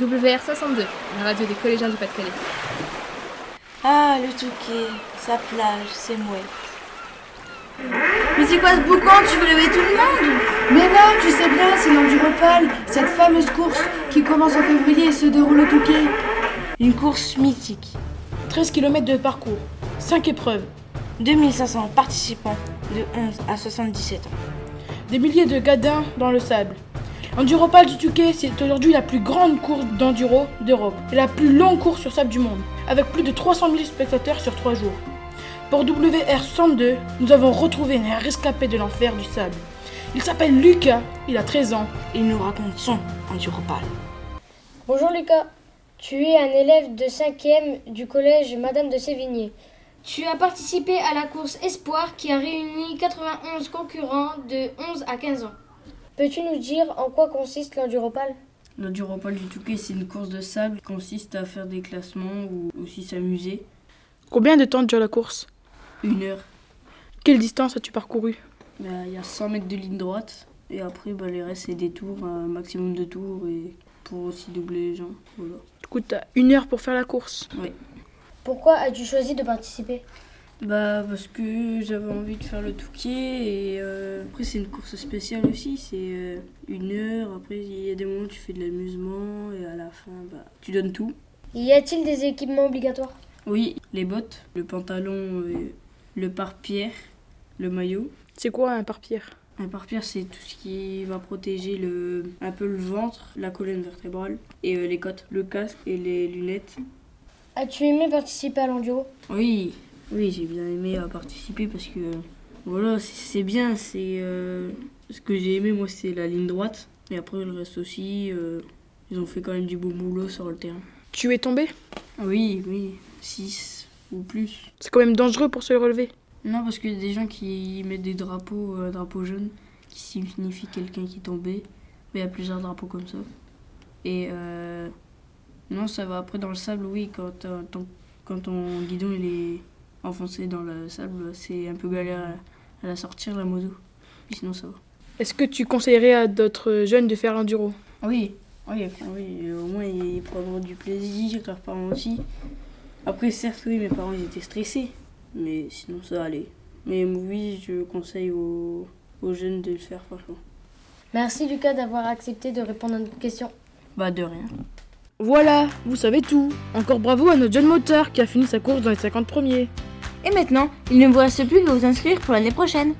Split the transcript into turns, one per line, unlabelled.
WR62, la radio des collégiens du Pas-de-Calais.
Ah, le Touquet, sa plage, ses mouettes.
Mais c'est quoi ce boucan Tu veux lever tout le monde
Mais non, tu sais bien, c'est l'enduropole, cette fameuse course qui commence en février et se déroule au Touquet.
Une course mythique.
13 km de parcours, 5 épreuves,
2500 participants de 11 à 77 ans.
des milliers de gadins dans le sable. Enduropal du Touquet, c'est aujourd'hui la plus grande course d'enduro d'Europe et la plus longue course sur sable du monde, avec plus de 300 000 spectateurs sur 3 jours. Pour WR102, nous avons retrouvé un rescapé de l'enfer du sable. Il s'appelle Lucas, il a 13 ans.
Il nous raconte son enduropal.
Bonjour Lucas, tu es un élève de 5e du collège Madame de Sévigné. Tu as participé à la course Espoir qui a réuni 91 concurrents de 11 à 15 ans. Peux-tu nous dire en quoi consiste l'enduropal
L'enduropole du Touquet, c'est une course de sable qui consiste à faire des classements ou aussi s'amuser.
Combien de temps dure la course
Une heure.
Quelle distance as-tu parcouru
Bah, Il y a 100 mètres de ligne droite et après bah, les restes c'est des tours, un maximum de tours et pour aussi doubler les gens. Voilà.
Du coup, t'as une heure pour faire la course.
Pourquoi as-tu choisi de participer
Bah parce que j'avais envie de faire le Touquet et euh, après c'est une course spéciale aussi, c'est euh, une heure, après il y a des moments où tu fais de l'amusement et à la fin bah, tu donnes tout.
Y a-t-il des équipements obligatoires
Oui, les bottes, le pantalon, euh, le pare-pierre, le maillot.
C'est quoi un pare-pierre
Un pare-pierre, c'est tout ce qui va protéger le, un peu le ventre, la colonne vertébrale et euh, les côtes, le casque et les lunettes.
As-tu aimé participer à l'enduro
Oui, oui, j'ai bien aimé euh, participer parce que euh, voilà, c'est- c'est bien. C'est euh, ce que j'ai aimé moi, c'est la ligne droite et après le reste aussi. euh, ils ont fait quand même du beau boulot sur le terrain.
Tu es tombé
Oui, oui, 6 ou plus.
C'est quand même dangereux pour se relever.
Non, parce que des gens qui mettent des drapeaux, euh, drapeaux jaunes, qui signifient quelqu'un qui est tombé, mais il y a plusieurs drapeaux comme ça. Et euh, non, ça va après dans le sable, oui, quand, euh, ton, quand ton guidon il est enfoncé dans le sable, c'est un peu galère à, à la sortir, la moto. Mais sinon, ça va.
Est-ce que tu conseillerais à d'autres jeunes de faire l'enduro
Oui, oui, enfin, oui, euh, au moins ils pourront avoir du plaisir, leurs parents aussi. Après, certes, oui, mes parents ils étaient stressés, mais sinon ça allait. Mais oui, je conseille aux, aux jeunes de le faire, franchement.
Merci Lucas d'avoir accepté de répondre à nos questions.
Bah, de rien.
Voilà, vous savez tout. Encore bravo à notre jeune moteur qui a fini sa course dans les 50 premiers.
Et maintenant, il ne vous reste plus qu'à vous inscrire pour l'année prochaine.